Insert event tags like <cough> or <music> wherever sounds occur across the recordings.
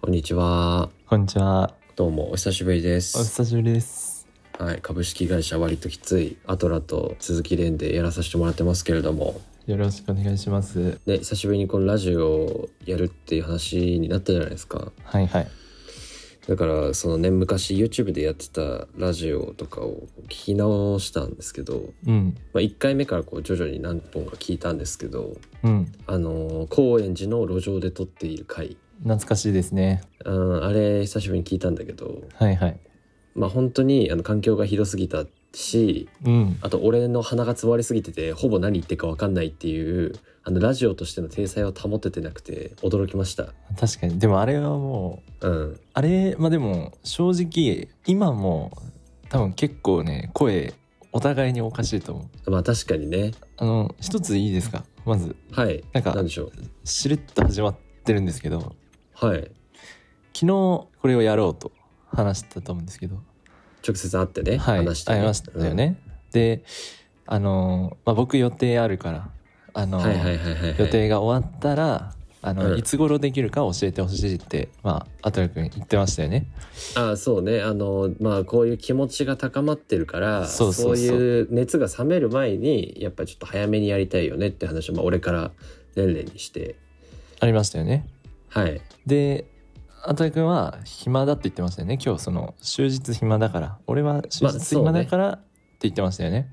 こんにちは。こんにちは。どうもお久しぶりでおす。久しぶりです。はい、株式会社割ときついアトラと鈴木蓮でやらさせてもらってますけれども、よろしくお願いします。ね久しぶりにこのラジオをやるっていう話になったじゃないですか。はいはい。だからそのね昔 YouTube でやってたラジオとかを聞き直したんですけど、うん。まあ1回目からこう徐々に何本か聞いたんですけど、うん。あのー高円寺の路上で撮っている回。懐かしいですね。うん、あれ久しぶりに聞いたんだけど、はいはい。まあ本当にあの環境がひどすぎたし、うん。あと俺の鼻が詰まりすぎててほぼ何言ってるか分かんないっていうあのラジオとしての体裁を保ててなくて驚きました確かに。でもあれはもう、うんあれ、まあでも正直、今も多分結構ね、声お互いにおかしいと思う。まあ確かにねあの、一ついいですかまず、はいなんかなんでしょうしれっと始まってるんですけど、はい昨日これをやろうと話したと思うんですけど、直接会ってね、はい、話して、会いましたよね。で、あのーまあ、僕予定あるから、あうのん、ーはいはいはいはい、はい、予定が終わったら、あの、うんいつ頃できるか教えてほしいって、まあ、アトラ君言ってましたよね。ああそうねあのまあこういう気持ちが高まってるからそうそうそういう熱が冷める前にやっぱりちょっと早めにやりたいよねって話を、まあ、俺からレンレンにしてありましたよね。はいで、アトラ君は暇だって言ってましたよね。今日、その、終日暇だから。俺は終まあ日そうね暇だからって言ってましたよね。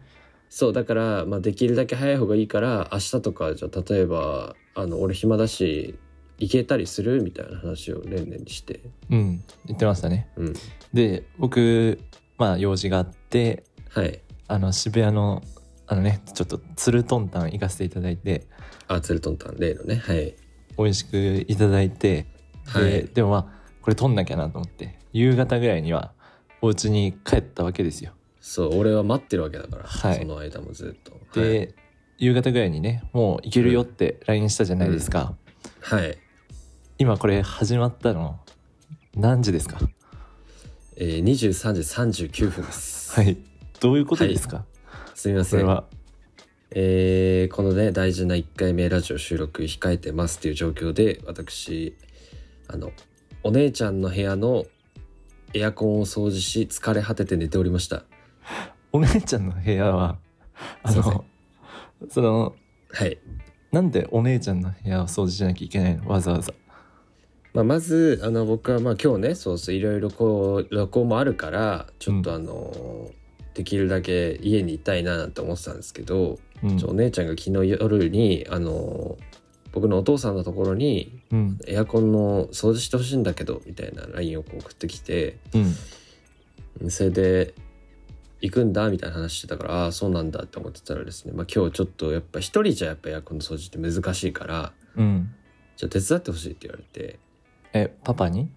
そうだから、まあ、できるだけ早い方がいいから明日とかじゃあ例えばあの俺暇だし行けたりするみたいな話を連々にして、うん、言ってましたね。うん、で、僕、まあ、用事があって、はいあの、渋谷の、あのね、ちょっと、ツルトンタン行かせていただいて、あツルトンタン例のねはい美味しくいただいて、ではいでもまあこれ撮んなきゃなと思って夕方ぐらいにはお家に帰ったわけですよそう俺は待ってるわけだから、はいその間もずっとで、夕方ぐらいにねもう行けるよって LINE したじゃないですか、はい、はい今これ始まったの何時ですかえー、23時39分です、はいどういうことですか、すみまそせれんはえーこのね大事な1回目ラジオ収録控えてますっていう状況で私あのお姉ちゃんの部屋のエアコンを掃除し疲れ果てて寝ておりましたお姉ちゃんの部屋はあすいまのそのはい、なんでお姉ちゃんの部屋を掃除しなきゃいけないのわざわざまあ、まずあの僕はまあ今日ねそうそういろいろこう旅行もあるからちょっとうんあのーできるだけ家にいたいななんて思ってたんですけど、うんちょお姉ちゃんが昨日夜にあのー僕のお父さんのところにうんエアコンの掃除してほしいんだけどみたいな LINE をこう送ってきてうんそれで行くんだみたいな話してたからああそうなんだって思ってたらですね、まあ、今日ちょっとやっぱ一人じゃやっぱエアコンの掃除って難しいからうんじゃあ手伝ってほしいって言われてえパパに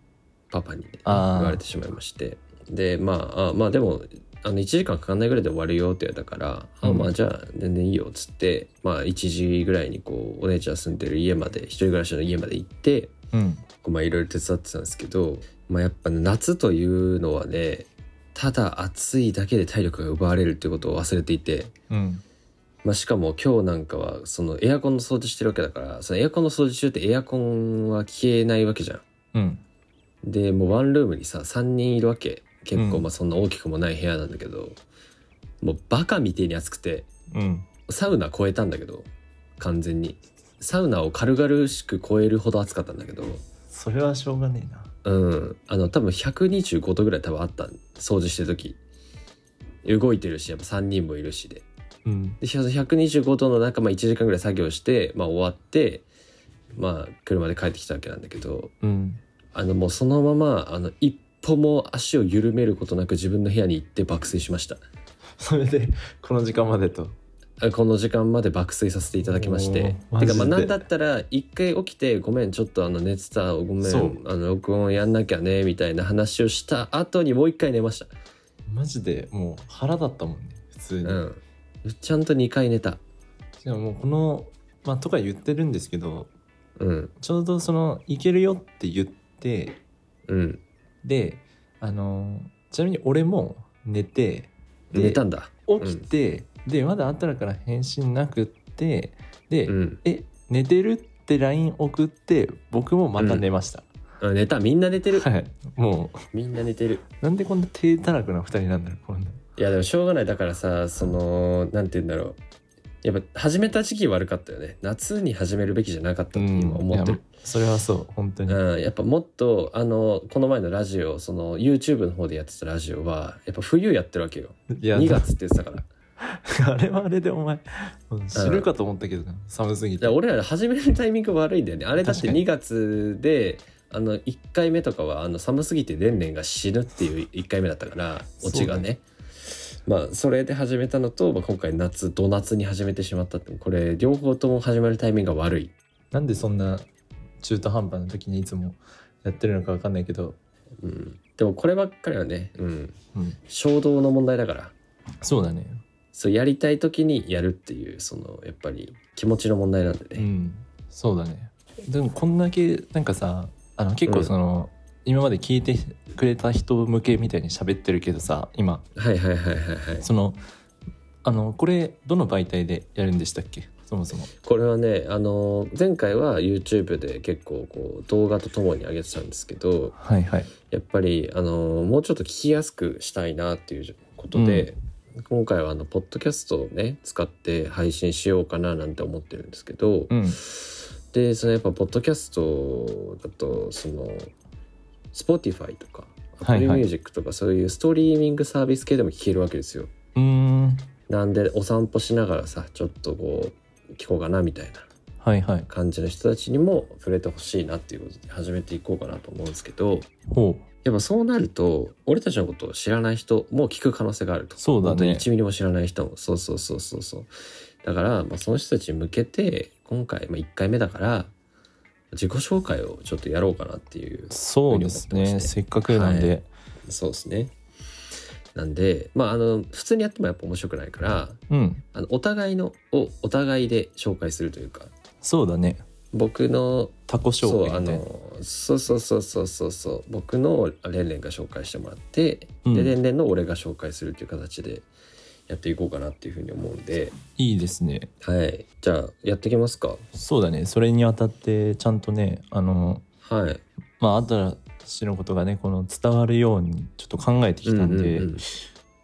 パパにね、言あーわれてしまいましてでまああまあでもあの1時間かかんないぐらいで終わるよって言われたから、あうんまあじゃあ全然いいよっつって、まあ、1時ぐらいにこうお姉ちゃん住んでる家まで一人暮らしの家まで行ってうんまあいろいろ手伝ってたんですけど、まあ、やっぱ夏というのはねただ暑いだけで体力が奪われるっていうことを忘れていて、うんまあ、しかも今日なんかはそのエアコンの掃除してるわけだからそのエアコンの掃除中ってエアコンは消えないわけじゃん。うんでもうワンルームにさ3人いるわけ結構うんまあそんな大きくもない部屋なんだけど、もうバカみてえに暑くてうんサウナ超えたんだけど完全にサウナを軽々しく超えるほど暑かったんだけどそれはしょうがねえなうんあの多分125度ぐらい多分あった掃除してる時動いてるしやっぱ3人もいるしでうんで125度の中、まあ、1時間ぐらい作業して、まあ、終わってまあ車で帰ってきたわけなんだけどうんあのもうそのままあの一歩も足を緩めることなく自分の部屋に行って爆睡しましたそれでこの時間までとあこの時間まで爆睡させていただきましておーてかまマあジでなんだったら一回起きてごめんちょっとあの寝てたごめんそうあの録音やんなきゃねみたいな話をした後にもう一回寝ましたマジでもう腹だったもんね普通に、うんちゃんと2回寝たしかももうこのまあとか言ってるんですけどうんちょうどその「いけるよ」って言ってうんであのちなみに俺も寝てで寝たんだ起きて、でまだあったらから返信なくってで、うんえ寝てる?」って LINE 送って僕もまた寝ましうた、ん寝たみんな寝てるはいもうみんな寝てるなんでこんな低たらくな2人なんだろうこんないやでもしょうがないだからさそのなんて言うんだろうやっぱ始めた時期悪かったよね夏に始めるべきじゃなかったって今思っていやる、それはそう本当うに、んやっぱもっとあのこの前のラジオその YouTube の方でやってたラジオはやっぱ冬やってるわけよいや2月って言ってたからあれはあれでお前知るかと思ったけどな、寒すぎだかてら俺ら始めるタイミング悪いんだよねあれだって確かに2月であの1回目とかはあの寒すぎてレンレンが死ぬっていう1回目だったからオチがねまあそれで始めたのと、まあ、今回夏ド夏に始めてしまったってこれ両方とも始まるタイミングが悪いなんでそんな中途半端な時にいつもやってるのかわかんないけど、うん、でもこればっかりはね、うん、うん、衝動の問題だからそうだねそうやりたい時にやるっていうそのやっぱり気持ちの問題なんでうね、んそうだねでもこんだけなんかさあの結構その、今まで聞いてくれた人向けみたいに喋ってるけどさ今はいはいはいはいはいそのあのこれどの媒体でやるんでしたっけそもそもこれはねあの前回は YouTube で結構こう動画とともに上げてたんですけどはいはいやっぱりあのもうちょっと聞きやすくしたいなっていうことで、今回はあのポッドキャストをね使って配信しようかななんて思ってるんですけど、うんでそのやっぱポッドキャストだとその Spotify とかはい Apple はい Music とかそういうストリーミングサービス系でも聴けるわけですよ。うーんなんでお散歩しながらさちょっとこう聞こうかなみたいなはいはい感じの人たちにも触れてほしいなっていうことで始めていこうかなと思うんですけどほやっぱそうなると俺たちのことを知らない人も聞く可能性があると。そうだね本当に1ミリも知らない人もそうそうそうそうそうだから、まあ、その人たちに向けて今回、まあ、1回目だから自己紹介をちょっとやろうかなっていううそうですふうに思ってねますねせっかくなんで、はいそうですねなんでまああの普通にやってもやっぱ面白くないからうんあのお互いのをお互いで紹介するというかそうだね僕のタコそ紹うあ介みたいなのそうそうそうそうそうそう僕のレンレンが紹介してもらって、うんでレンレンの俺が紹介するという形でやっていこうかなっていうふうに思うんで。いいですねはい、じゃあやっていきますか。そうだねそれにあたってちゃんとねあのはい。まあ新しのことがねこの伝わるようにちょっと考えてきたんで、うんうんうん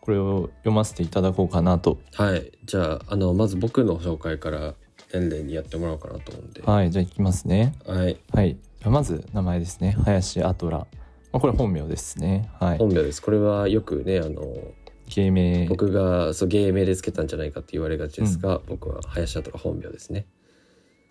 これを読ませていただこうかなとはい、じゃあ、あの、まず僕の紹介から、レンレンにやってもらおうかなと思うんで。ははいじゃあいきますねい、はいまず名前ですね林アトラ、まあ、これ本名ですねはい本名です。これはよくね、あの、芸名僕が、そう、芸名でつけたんじゃないかって言われがちですが、僕は林田とか本名ですね。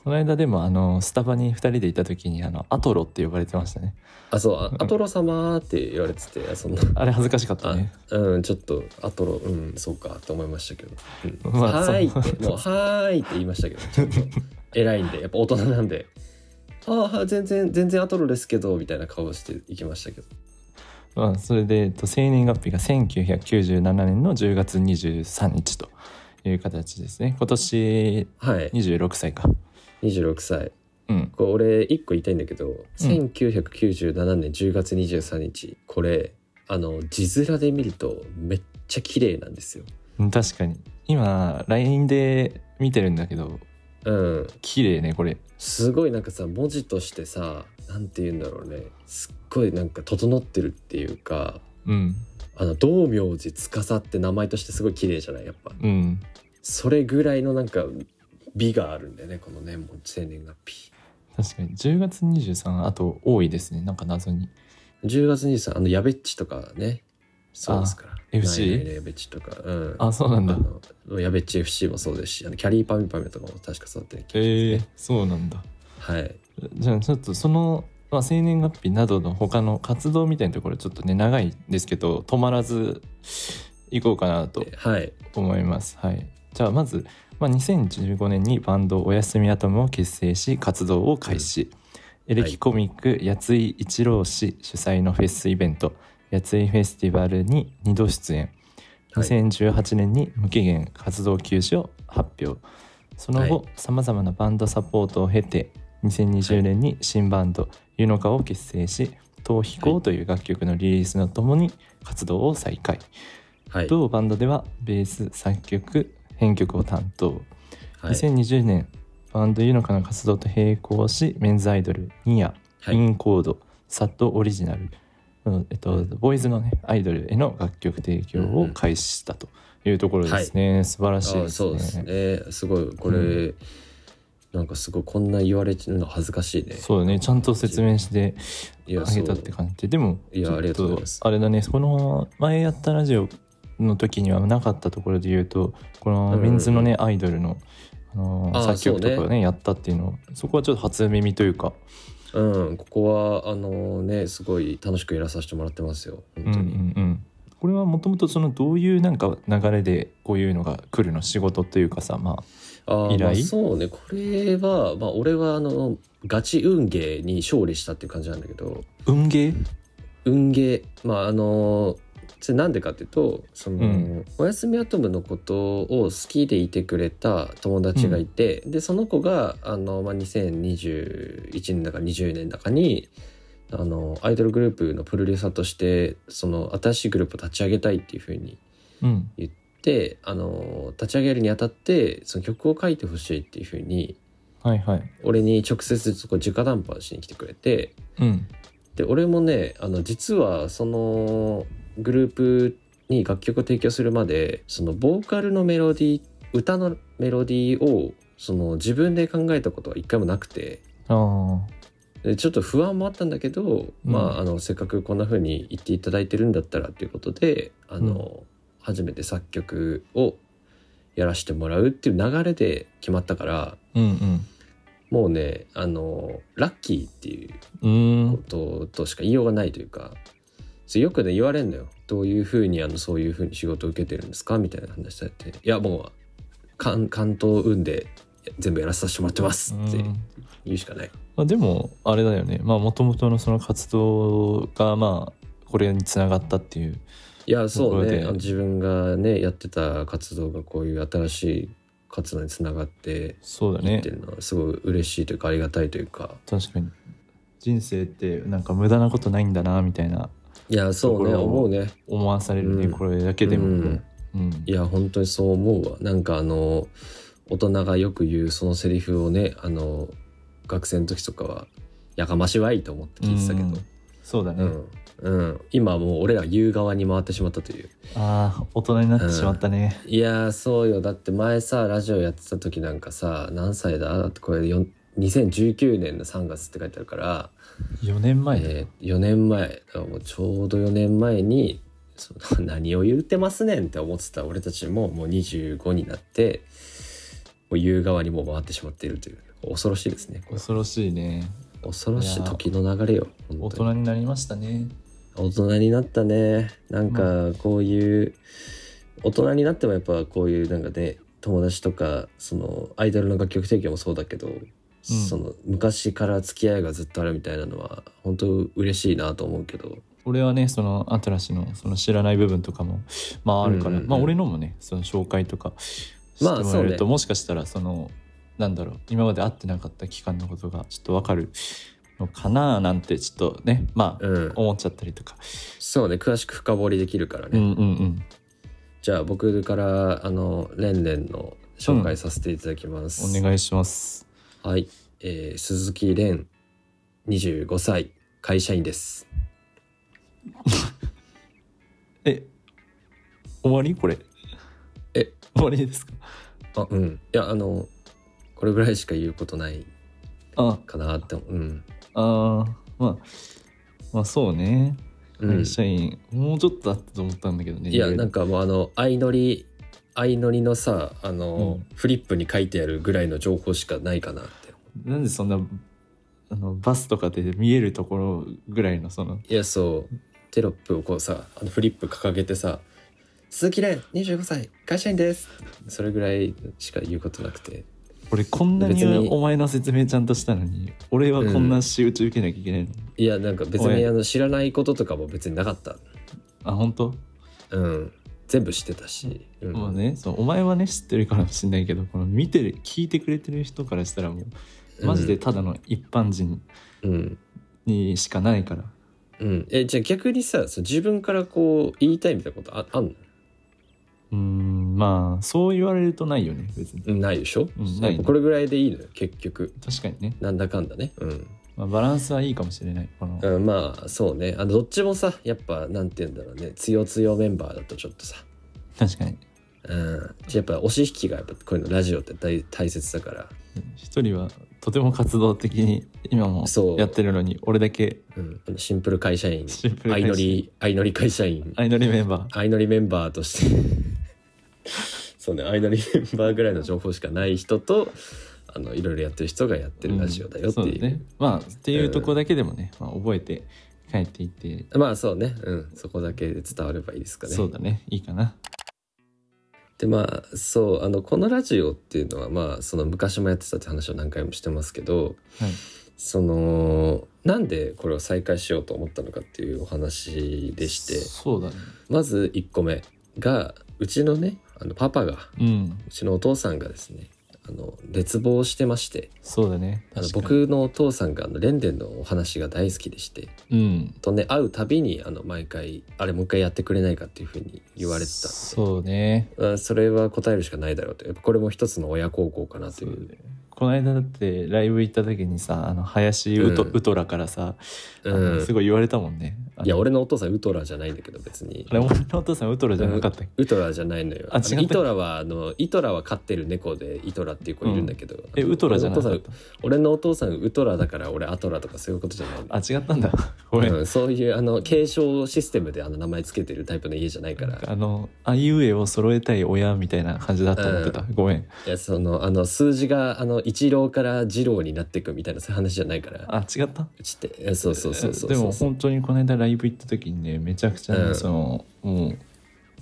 この間でもあのスタバに2人でいた時にあのアトロって呼ばれてましたねあ、そう、 <laughs> あアトロ様って言われてて、あそんな。あれ恥ずかしかったあねうん、ちょっとアトロうんそうかと思いましたけど「うんまあはーい」そうってもう「はーい」って言いましたけどちょっと <laughs> 偉いんでやっぱ大人なんで「ああは全然全然アトロですけど」みたいな顔していきましたけどまあ、それで、えっと、生年月日が1997年の10月23日という形ですね今年はい26歳か26歳うんこれ俺一個言いたいんだけど、1997年10月23日これあの字面で見るとめっちゃ綺麗なんですようん確かに今 LINE で見てるんだけどうん綺麗ねこれすごいなんかさ文字としてさなんて言うんだろうねすっごいなんか整ってるっていうかうんあの道明寺司って名前としてすごい綺麗じゃないやっぱうんそれぐらいのなんか美があるんだよねこのねもう生年月日確かに10月23あと多いですねなんか謎に10月23あのやべっちとかねそうですからあ FC ないないないやべっちとかうんあそうなんだあのやべっち FC もそうですしあのキャリーパミュパミュとかも確かそうだったよねへえそうなんだはいじゃあちょっとその、まあ、生年月日などの他の活動みたいなところちょっとね長いんですけど止まらず行こうかなとではい思います。はい、じゃあまず、まあ、2015年にバンド「おやすみアトム」を結成し活動を開始、エレキコミック、やつい一郎氏主催のフェスイベント「やついフェスティバル」に2度出演、はい2018年に無期限活動休止を発表そのは後さまざまなバンドサポートを経て2020年に新バンド「ユノカ」を結成し「逃避行」という楽曲のリリースとともに活動を再開、はい同バンドではベース作曲編曲を担当、はい2020年バンドユノカの活動と並行しメンズアイドルニア、はいインコードサットオリジナル、うんえっと、ボーイズのねアイドルへの楽曲提供を開始したというところですね、素晴らしいあそうでですすね。ねすごいこれ、うなんかすごいこんな言われてるの恥ずかしいねそうだねちゃんと説明していやあげたって感じでもいやちょっありがとうございますあれだねこの前やったラジオの時にはなかったところで言うとこのうんメンズのね、アイドルのあのあー作曲とかそねうねやったっていうのそこはちょっと初耳というか、そううんここはあのねすごい楽しくやらさせてもらってますようん本う当に、んうん、これはもともとそのどういうなんか流れでこういうのが来るの仕事というかさまあ依あ頼まあそうねこれはまあ俺はあのガチ運ゲーに勝利したっていう感じなんだけどあ運ゲー運ゲーまああのそれなんでかっていうとその、うんおやすみアトムのことを好きでいてくれた友達がいて、でその子があの、まあ、2021年だか20年だかにあのアイドルグループのプロデューサーとしてその新しいグループを立ち上げたいっていうふうにうんであの立ち上げるにあたってその曲を書いてほしいっていうふうにはいはい俺に直接そこ直談判しに来てくれて。うんで俺もねあの実はそのグループに楽曲を提供するまでそのボーカルのメロディー歌のメロディーをその自分で考えたことは一回もなくてあーでちょっと不安もあったんだけど、まあ、あのせっかくこんな風に言っていただいてるんだったらっていうことであの、初めて作曲をやらせてもらうっていう流れで決まったからうんもうねあのラッキーっていううんうーこんととしか言いようがないというか、それよくね言われるのよどういうふうにあのそういうふうに仕事を受けてるんですかみたいな話されていやもう関関東運で全部やらさせてもらってますってうん言うしかない、まあ、でもあれだよねまあもともとのその活動がまあこれにつながったっていういやそこうれねであの自分がねやってた活動がこういう新しい活動につながってそうだいねってるのはすごい嬉しいというかありがたいというか確かに人生ってなんか無駄なことないんだなみたいないやそうねところを思うね思わされるね、うんこれだけでも、うんうんいや本当にそう思うわなんかあの大人がよく言うそのセリフをねあの学生の時とかはやかましわいと思って聞いてたけどそうだね、うん、うん、今はもう俺ら言う側に回ってしまったというああ大人になってしまったね、いやーそうよだって前さラジオやってた時なんかさ何歳だだってこれよん2019年の3月って書いてあるから、 4年前だよ、え4年前だからもうちょうど4年前にその <laughs> 何を言ってますねんって思ってた俺たちももう25になってもう言う側にもう回ってしまっているという恐ろしいですねこれ恐ろしいね恐ろしいいやー時の流れよ大本当人にになりましたね大人になったねなんかこういう、大人になってもやっぱこういうなんかね友達とかそのアイドルの楽曲提供もそうだけど、その昔から付き合いがずっとあるみたいなのは本当嬉しいなと思うけど俺はねそのアトラシのその知らない部分とかもまああるから、うんうんうんまあ俺のもねその紹介とかしてまあもらえると、そうねもしかしたらそのなんだろう今まで会ってなかった期間のことがちょっとわかるのかななんてちょっとねまあ、うん思っちゃったりとか、そうね詳しく深掘りできるからうね、んうんうんじゃあ僕からあのレンレンの紹介させていただきます、お願いしますはい、えー、鈴木蓮25歳会社員ですえ終わりこれえ終わりですかあうんいやあのこれぐらいしか言うことないあかなってうん、あーまあまあそうねうん、会社員、もうちょっとあったと思ったんだけどねいやろろなんかもうあの相乗り相乗りのさあの、うんフリップに書いてあるぐらいの情報しかないかなってなんでそんなあのバスとかで見えるところぐらいのそのいやそうテロップをこうさあのフリップ掲げてさ「鈴木蓮25歳会社員です」それぐらいしか言うことなくて俺こんなに別にお前の説明ちゃんとしたのに俺はこんな仕打ち受けなきゃいけないの、いやなんか別おいにあの知らないこととかも別になかったあ本当、うん全部知ってたし、うんもうねそうお前はね知ってるかもしんないけどこの見てる聞いてくれてる人からしたらもうマジでただの一般人うんにしかないから、うんえじゃあ逆にさそう自分からこう言いたいみたいなことああんのうーんまあそう言われるとないよね別にうんないでしょ、うんなやいっぱこれぐらいでいいのよ結局確かにねなんだかんだねうんまあ、バランスはいいかもしれないこの、うん、まあそうねあのどっちもさやっぱなんて言うんだろうね強強メンバーだとちょっとさ、確かにうん、やっぱ押し引きがやっぱこういうのラジオって大大切だから、一人はとても活動的に今もそうやってるのに俺だけうん、シンプル会社員シンプル相会社員乗り相乗り会社員相乗りメンバ相乗りメンバーとして <laughs> そうね相乗りメンバーぐらいの情報しかない人とあのいろいろやってる人がやってーるラジオだよってうんい,、そうだねまあっていうとこだけでもね、まあ、覚えて帰っていって、まあそうね、うん、そこだけで伝わればいいですかね。そうだねいいかなでまあそうあのこのラジオっていうのはまあその昔もやってたって話を何回もしてますけど、はいそのなんでこれを再開しようと思ったのかっていうお話でしてそうだねまず1個目がうちのねあのパパがうんうちのお父さんがですねあの熱望してましてそうだねあの確かに僕のお父さんがあのレンデンのお話が大好きでしてうんとね会うたびにあの毎回あれもう一回やってくれないかっていうふうに言われてたんでそうねあそれは答えるしかないだろうとやっぱこれも一つの親孝行かなとそいううだねこの間だってライブ行った時にさあの林ウト,、うんウトラからさ、あうのんすごい言われたもんねあのいや俺のお父さんウトラじゃないんだけど別にあれ俺のお父さんウトラじゃなかったっけウトラじゃないのよあ違ったっけのイトラはあのイトラは飼ってる猫でイトラっていう子いるんだけど、えウトラじゃなか俺っのお父さん俺のお父さたんウトラだから俺アトラとかそういうことじゃないのあ違ったんだごめん、うん、そういうあの継承システムであの名前つけてるタイプの家じゃないからあのあいうえを揃えたい親みたいな感じだと思ってた、ごめんいやそのあの数字があの一郎から二郎になっていくみたいなそういう話じゃないからあ違ったうちってえそうそうそうそうそうでも本当にこの間ライブ行った時にねめちゃくちゃね、うんそのもう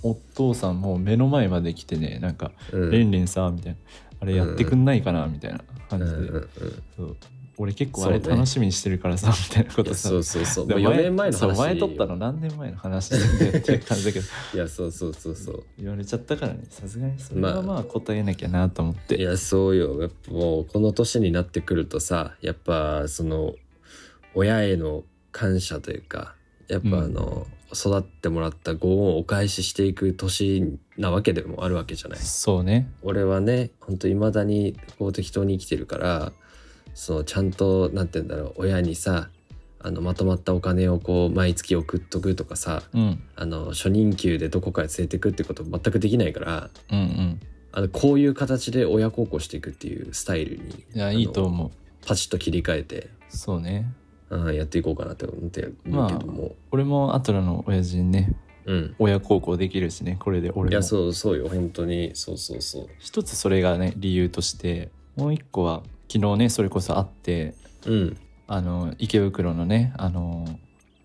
お父さんもう目の前まで来てねなんか「うんレンレンさ」みたいな「あれやってくんないかな」みたいなう感んじうで、んうんそう俺結構そあうねれ楽しみにしてるからさ、みたいなことさそうそうそう。でもうも4年前のそう話。前撮ったの何年前の話なんでっていう感じだけどいや、そうそうそうそう。言われちゃったからねさすがにそれはまあまあ答えなきゃなと <laughs> 思って、いや、そうよ。やっぱもう、この年になってくるとさ、やっぱ、その、親への感謝というか、やっぱあの、育ってもらったご恩をお返ししていく年なわけでもあるわけじゃない。そうね俺はね、ほんと未だにこう適当に生きてるから、そのちゃんと、なんて言うんだろう、親にさ、あのまとまったお金をこう毎月送っとくとかさ、うんあの初任給でどこかへ連れてくってこと全くできないからうんうんあのこういう形で親孝行していくっていうスタイルにいやあのいいと思うパチッと切り替えて、そうねうん、やっていこうかなって思ってるけどまあも、俺もアトラの親父にねうん、親孝行できるしねこれでい俺やもそうそうよ本当にそうそうそ一つそれがね理由としてもう一個は昨日ねそれこそ会ってう、うん、あの池袋のねあの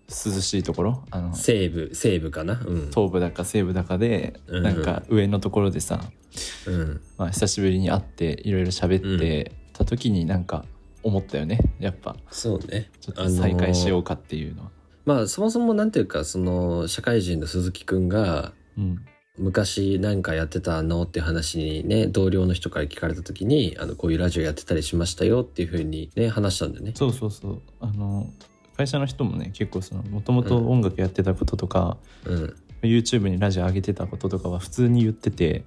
涼しいところあの西部西部かなうん、東部だか西部だかで、うんなんか上のところでさ、うん、まあ、久しぶりに会っていろいろ喋ってた時になんか思ったよねやっぱそうねちょっと再会しようかっていうのは、まあそもそもなんていうかその社会人の鈴木くんがうん昔なんかやってたのっていう話にね同僚の人から聞かれた時にあのこういうラジオやってたりしましたよっていうふうにね話したんだよねそうそうそうあの会社の人もね結構そのもともと音楽やってたこととか、うん、 YouTube にラジオ上げてたこととかは普通に言ってて、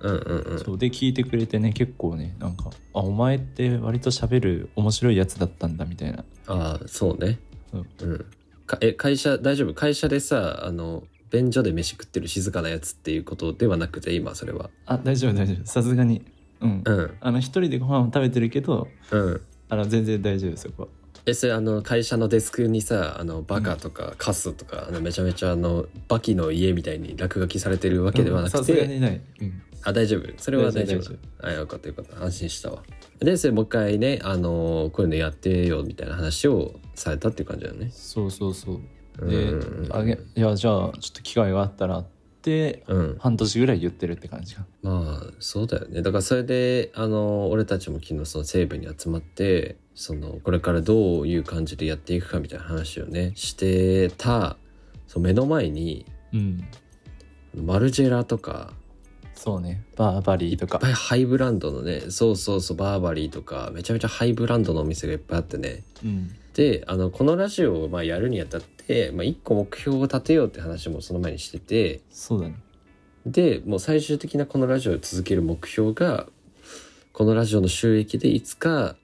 うんうんうんそうで聞いてくれてね結構ねなんか「あお前って割と喋る面白いやつだったんだ」みたいなああそうねううんん、かえ会社大丈夫会社でさあの便所で飯食ってる静かなやつっていうことではなくて今それは「あ大丈夫大丈夫さすがにうん、うんあの一人でご飯を食べてるけどうんあの全然大丈夫そこはえそれあの会社のデスクにさあのバカとかカスとか、あのめちゃめちゃあのバキの家みたいに落書きされてるわけではなうんさくすて、がにない、うん、あ大丈夫それは大丈大夫丈夫あよかったよかった安心したわでそれもう一回ねあのこういうのやってよみたいな話をされたっていう感じだよねそうそうそううんでうんうんあげいやじゃあちょっと機会があったらってうん半年ぐらい言ってるって感じかまあそうだよねだからそれであの俺たちも昨日その西部に集まってそのこれからどういう感じでやっていくかみたいな話をねしてたその目の前にうんマルジェラとかそうねバーバリーといっかぱいハイブランドのねそうそうそうバーバリーとかめちゃめちゃハイブランドのお店がいっぱいあってねうんであのこのラジオをまあやるにあたって、まあ、1個目標を立てようって話もその前にしててそうだねでもう最終的なこのラジオを続ける目標がこのラジオの収益でいつか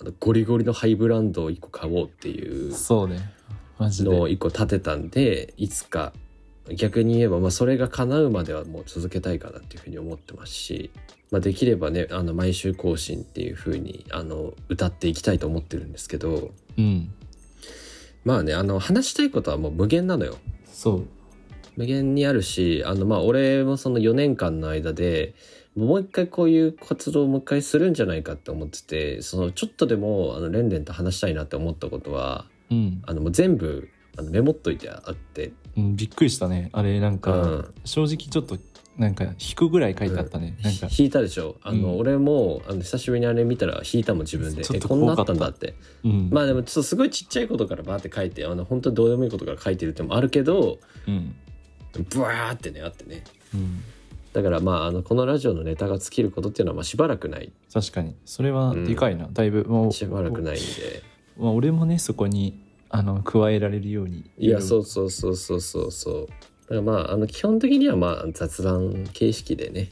あのゴリゴリのハイブランドを1個買おうっていうそうねマジでのを1個立てたんでいつか逆に言えば、まあ、それが叶うまではもう続けたいかなっていうふうに思ってますし、まあ、できればねあの毎週更新っていうふうにあの歌っていきたいと思ってるんですけどうんまあねあの話したいことはもう無限なのよ。そう無限にあるしあのまあ俺もその4年間の間でもう一回こういう活動をもう一回するんじゃないかって思っててそのちょっとでもあのレンレンと話したいなって思ったことはうん、あのもう全部あのメモっといてあって、うん、びっくりしたねあれなんうか、ん、正直ちょっとなんか引くぐらい書いてあったね、なんかひ引いたでしょあの、うん俺もあの久しぶりにあれ見たら引いたもん自分でちょっえとこんなあったんだっ怖かってうんまあでもちょっとすごいちっちゃいことからバーって書いてあの本当どうでもいいことから書いてるってのもあるけどうんブワーってねあってねうんだからまああのこのラジオのネタが尽きることっていうのはまあしばらくない確かにそれはでかいな、だいぶもうしばらくないんでまあ、俺もねそこにあの加えられるようにいやそうそうそうそうそうそうだからまああの基本的にはまあ雑談形式でね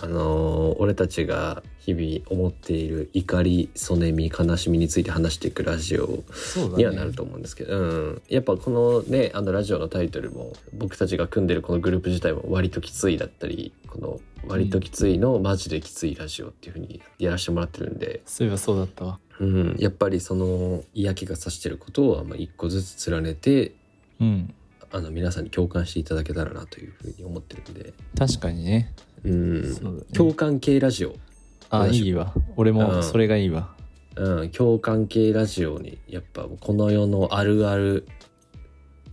あのー俺たちが日々思っている怒りそねみ悲しみについて話していくラジオそうだ、ね、にはなると思うんですけど、うん、やっぱこのねあのラジオのタイトルも僕たちが組んでるこのグループ自体も「割ときつい」だったりこの「割ときつい」の「マジできついラジオ」っていうふうにやらせてもらってるんで、そういえばそうだったわうん、やっぱりその嫌気がさしてることをまあ一個ずつ連ねてうんあの皆さんに共感していただけたらなというふうに思ってるんで、確かにねうんそうだね共感系ラジオ、あ同じいいわ俺うもんそれがいいわ、うん、共感系ラジオにやっぱこの世のあるある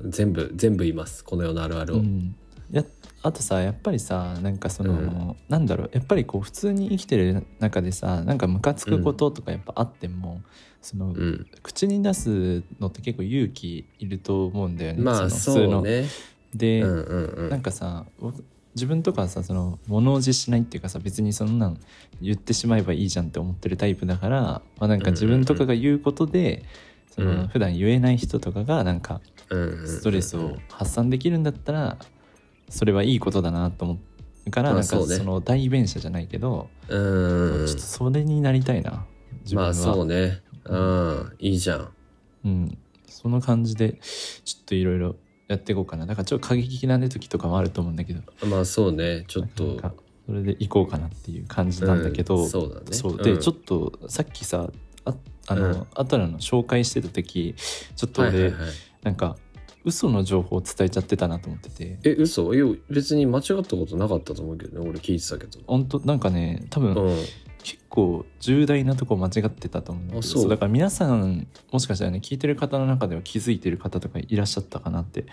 全部全部言いますこの世のあるあるうを、んやあとさやっぱりさなんかその、うんなんだろうやっぱりこう普通に生きてる中でさなんかムカつくこととかやっぱあっても、その、うん、口に出すのって結構勇気いると思うんだよねまあのそうねで、うんうんうんなんかさ僕自分とかはさその物おじしないっていうかさ別にそんなん言ってしまえばいいじゃんって思ってるタイプだから、まあ、なんか自分とかが言うことで、うんその普段言えない人とかがなんかうんうんうんストレスを発散できるんだったらそれはいいことだなと思うからあなんかそうそねの代弁者じゃないけど、うんうんうんちょっとそれになりたいな自分は、まあそうねうんいいじゃんうん、その感じでちょっといろいろやっていこうかなだからちょっと過激なね時とかもあると思うんだけどまあそうねちょっなんとかそれで行こうかなっていう感じなんだけど、うんそうだねそうで、ちょっっとさっきさああの、うんアトラの紹介してた時ちょっとは俺、いはいはいなんか嘘の情報を伝えちゃってたなと思っててえ嘘いや別に間違ったことなかったと思うけどね俺聞いてたけど本当なんかね多分、う結構重大なとこ間違ってたと思うんだけどあそうだから皆さんもしかしたらね聞いてる方の中では気づいてる方とかいらっしゃったかなって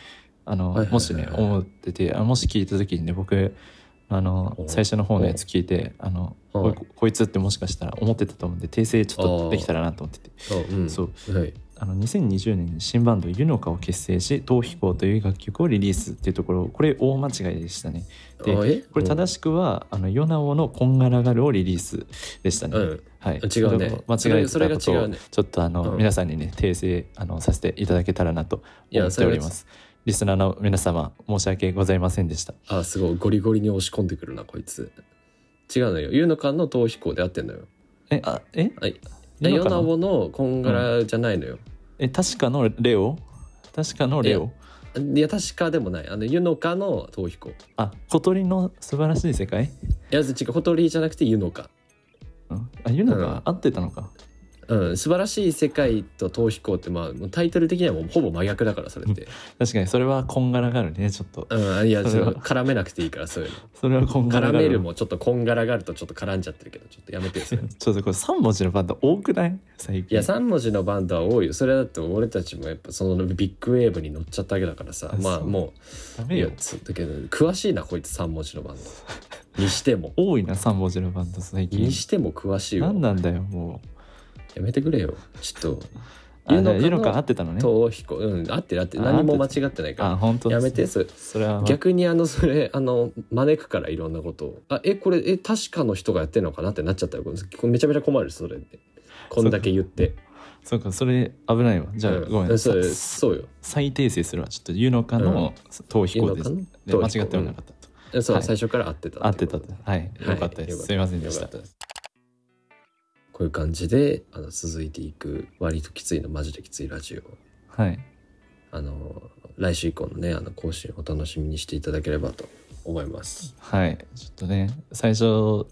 あの、はいはいはいはいもしね思っててあもし聞いた時にね僕あのお最初の方のやつ聞いてあのはこいここいつってもしかしたら思ってたと思うんで訂正ちょっあーとできたらなと思っててんうんそうはいあの2020年に新バンド「ユノカ」を結成し「逃避行」という楽曲をリリースっていうところこれ大間違いでしたねであえこれ正しくは、あのヨナオの「こんがらがる」をリリースでしたね、うんはい、違うね間違えてそれたがこそとれが違をうねちょっとあの、うん皆さんにね訂正あのさせていただけたらなといや思っておりますリスナーの皆様申し訳ございませんでしたあすごいゴリゴリに押し込んでくるなこいつ違うのよゆうのかんの逃避行で合ってんのよえあえはいユノヨカナのボのこんがらじゃないのよ、え確かのレオ確かのレオいや確かでもないあのユノカの逃避行いあ小鳥の素晴らしい世界、や違う小鳥じゃなくてユノカうん、あユノが合ってたのか、うん、素晴らしい世界と逃避行って、まあ、もうタイトル的にはもうほぼ真逆だからそれって、確かにそれはこんがらがるねちょっとうん、いやそちれょはっと絡めなくていいからそういうのそれはこんがら絡がるめるもちょっとこんがらがるとちょっと絡んじゃってるけどちょっとやめてよ <laughs> それいちょっとこれ3文字のバンド多くない最近や3文字のバンドは多いよそれだって俺たちもやっぱそのビッグウェーブに乗っちゃったわけだからさあまあそうもダうメいやよつだけど詳しいなこいつ3文字のバン <laughs> ドにしても多いな3文字のバンド最近にしても詳しいわ何なんだよもうやめてくれよちょっとあユノカのユノカ合ってたのね逃避行うん合ってる合ってるあ何も間違ってないあか本当らやめてそそれそれはまあ逆にあのそれあの招くからいろんなことをあえこれえ確かの人がやってるのかなってなっちゃったよこれこれめちゃめちゃ困るそれってこんだけ言ってそうかそれ危ないわじゃあ、うんごめんそうよさそうよ再訂正するわちょっとユノカの逃避行です、ユノでカの逃間避行違ってはなかったと、えそう、はい最初から合ってた合ってたことはい、よかったですすいませんでしよかたったですこういう感じであの続いていく割ときついのマジできついラジオはいあの来週以降のねあの更新を楽しみにしていただければと思います。はいちょっとね最初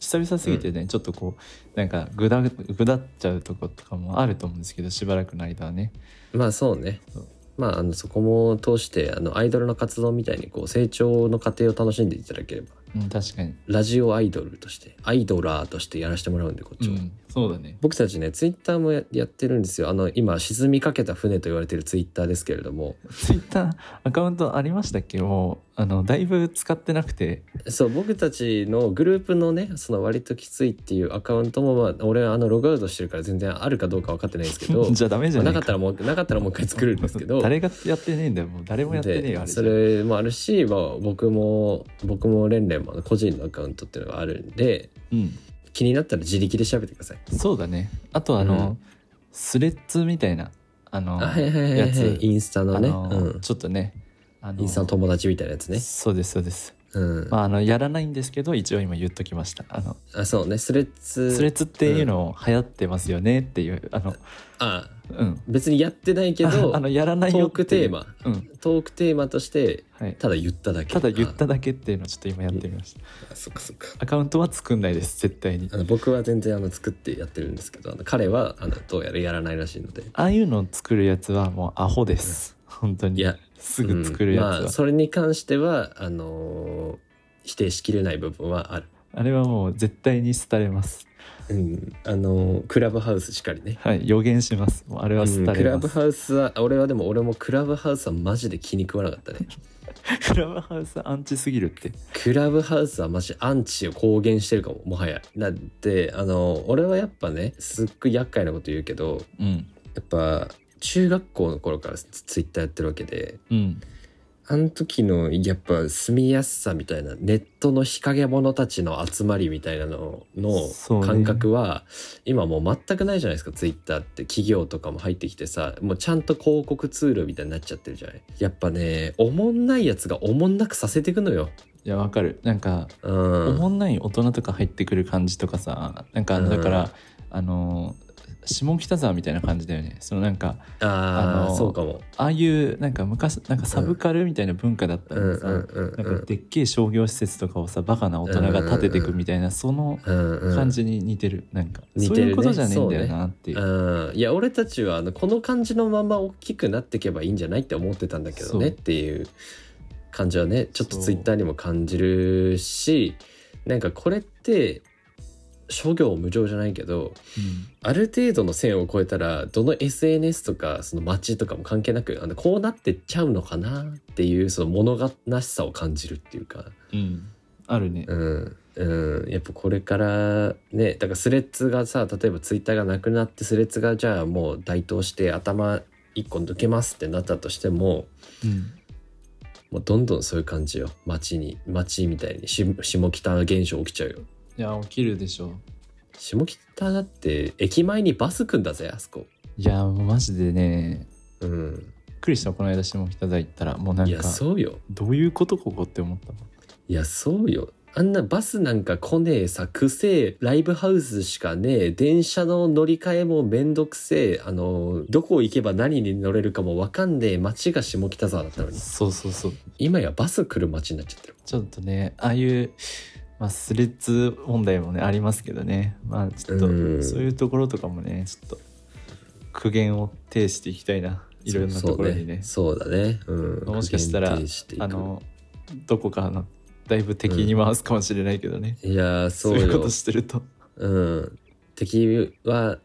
久々すぎてね、ちょっとこうなんかぐだぐだっちゃうとことかもあると思うんですけどしばらくの間はねまあそうねそうまああのそこも通してあのアイドルの活動みたいにこう成長の過程を楽しんでいただければうん確かに、ラジオアイドルとしてアイドラーとしてやらせてもらうんでこっうちは。ん、そうだね僕たちねツイッターもややってるんですよあの今沈みかけた船と言われてるツイッターですけれどもツイッターアカウントありましたっけもうあのだいぶ使ってなくてそう僕たちのグループのねその割ときついっていうアカウントも、まあ、俺はあのログアウトしてるから全然あるかどうか分かってないんですけど <laughs> じゃあダメじまゃあなないかったらもうなかったらもう一回作るんですけど誰がやってねえんだよもう誰もやってねえよであれじそゃれもあるし、まあ、僕も僕もレンレンもあの個人のアカウントっていうのがあるんでうん気になったら自力で調べてくださいそうだねあとあうの、スレッズみたいなあのあはいはいはいはやいつインスタのねあのうん、ちょっとねあのインスタの友達みたいなやつね、そうですそうです、うんまあ、あのやらないんですけど一応今言っときましたあのあそうねスレッズスレッズっていうのを流行ってますよねっていうあのあうん別にやってないけど <laughs> あのやらトないよーっていクうテーマうんトークテーマとしてはい、ただ言っただけただ言っただけっていうのをちょっと今やってみましたあそっかそっかアカウントは作んないです絶対にあの僕は全然あの作ってやってるんですけどあの彼はあのどうやらやらないらしいのでああいうのを作るやつはもうアホです、本当にいやすぐ作るやつは、うんまあ、それに関してはあのー否定しきれない部分はある、あれはもう絶対に廃れますうん、あのークラブハウスしかりねはい予言しますもうあれはうん廃クラれまブす、ハウスは俺はでも俺もクラブハウスはマジで気に食わなかったねクラブハウスアンチすぎるってクラブハウスはマジアンチを公言してるかももはやだってあの俺はやっぱねすっごい厄介なこと言うけどうんやっぱ中学校の頃からツツイッターやってるわけでうんあの時のやっぱ住みやすさみたいなネットの日陰者たちの集まりみたいなのそのうね感覚は、今もう全くないじゃないですかツイッターって企業とかも入ってきてさもうちゃんと広告ツールみたいになっちゃってるじゃないやっぱねおもんないやつがおもんなくさせてくのよ。いやわかるなんか、うん、おもんない大人とか入ってくる感じとかさなんかうんだから、あの下北沢みたいな感じだよねそのなんかあああのそうかも。ああいうなんか昔なんかサブカルみたいな文化だったうんのうにさ、んうんなんかでっけえ商業施設とかをさバカな大人が建ててくみたいなそのうんうん感じに似てるなんか似そうてるねいうことじゃねえんだよなっていううん、いや俺たちはあのこの感じのまま大きくなっていけばいいんじゃないって思ってたんだけどねそっうていう感じはねちょっとそうツイッターにも感じるしなんかこれって諸行無常じゃないけどある程度の線を越えたらどの SNS とかその街とかも関係なくあのこうなってっちゃうのかなっていうその物悲しさを感じるっていうか。うんうんあるねうん、うん、やっぱこれからねだからスレッズがさ例えばツイッターがなくなってスレッズがじゃあもう台頭して頭一個抜けますってなったとしてもうんもうどんどんそういう感じよ街に街みたいにし下北現象起きちゃうよいや起きるでしょ下北だって駅前にバス来んだぜあそこいやもうマジでねうんびっくりしたこの間下北沢行ったらもうなんいかやそうよどういうことここって思ったもんいやそうよあんなバスなんか来ねえさくせえライブハウスしかねえ電車の乗り換えもめんどくせえあのどこ行けば何に乗れるかもわかんねえ街が下北沢だったのにそうそうそう今やバス来る街になっちゃってるちょっとねああいう、まあ、スレッズ問題もねありますけどねまあちょっとうんそういうところとかもねちょっと苦言を呈していきたいないろんなところにねそうそうねそうだねうんもしかしたら限定ていくあのどこかのだいぶ敵に回すかもしれないけどね、いやそそうういうこよとしてるとうん敵は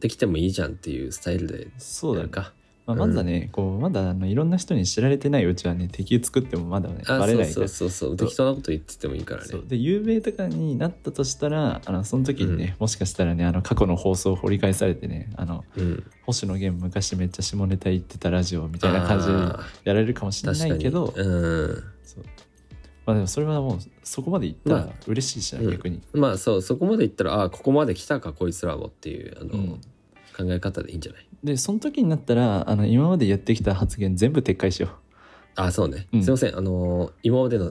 できてもいいじゃんっていうスタイルでそうやだるか、かまあ、まだね、こうまだあのいろんな人に知られてないうちはね敵作ってもまだねあバレないかそらうそうそうそう適当なこと言っててもいいからねそうで有名とかになったとしたらあのその時にね、もしかしたらねあの過去の放送を掘り返されてねあのうん星野源昔めっちゃ下ネタ言ってたラジオみたいな感じであーやられるかもしれ確かないにけど、うんそうまあでもそれはもうそこまで行ったまら嬉しいしな、うん逆に、まあそうそこまでいったらああここまで来たかこいつらもっていうあの、うん考え方でいいんじゃないでその時になったらあの今までやってきた発言全部撤回しよああそうね、うんすいませんあのー今までの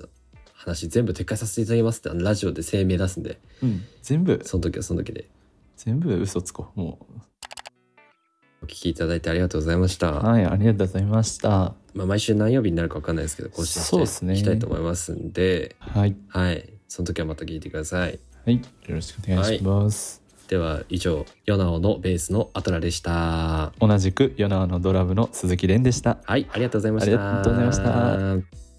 話全部撤回させていただきますってあのラジオで声明出すんでう、うん、全部その時はその時で全部嘘つこうもお聞きいただいてありがとうございました。うはいありがとうございましたまあ、毎週何曜日になるか分かんないですけど、更新そうでしすてねいきたいと思いますんで、はいはい。その時はまた聞いてください。はいよろしくお願いします、では、以上、ヨナオのベースのアトラでした。同じくヨナのドラムの鈴木蓮でしたはい、ありがとうございました。ありがとうございました。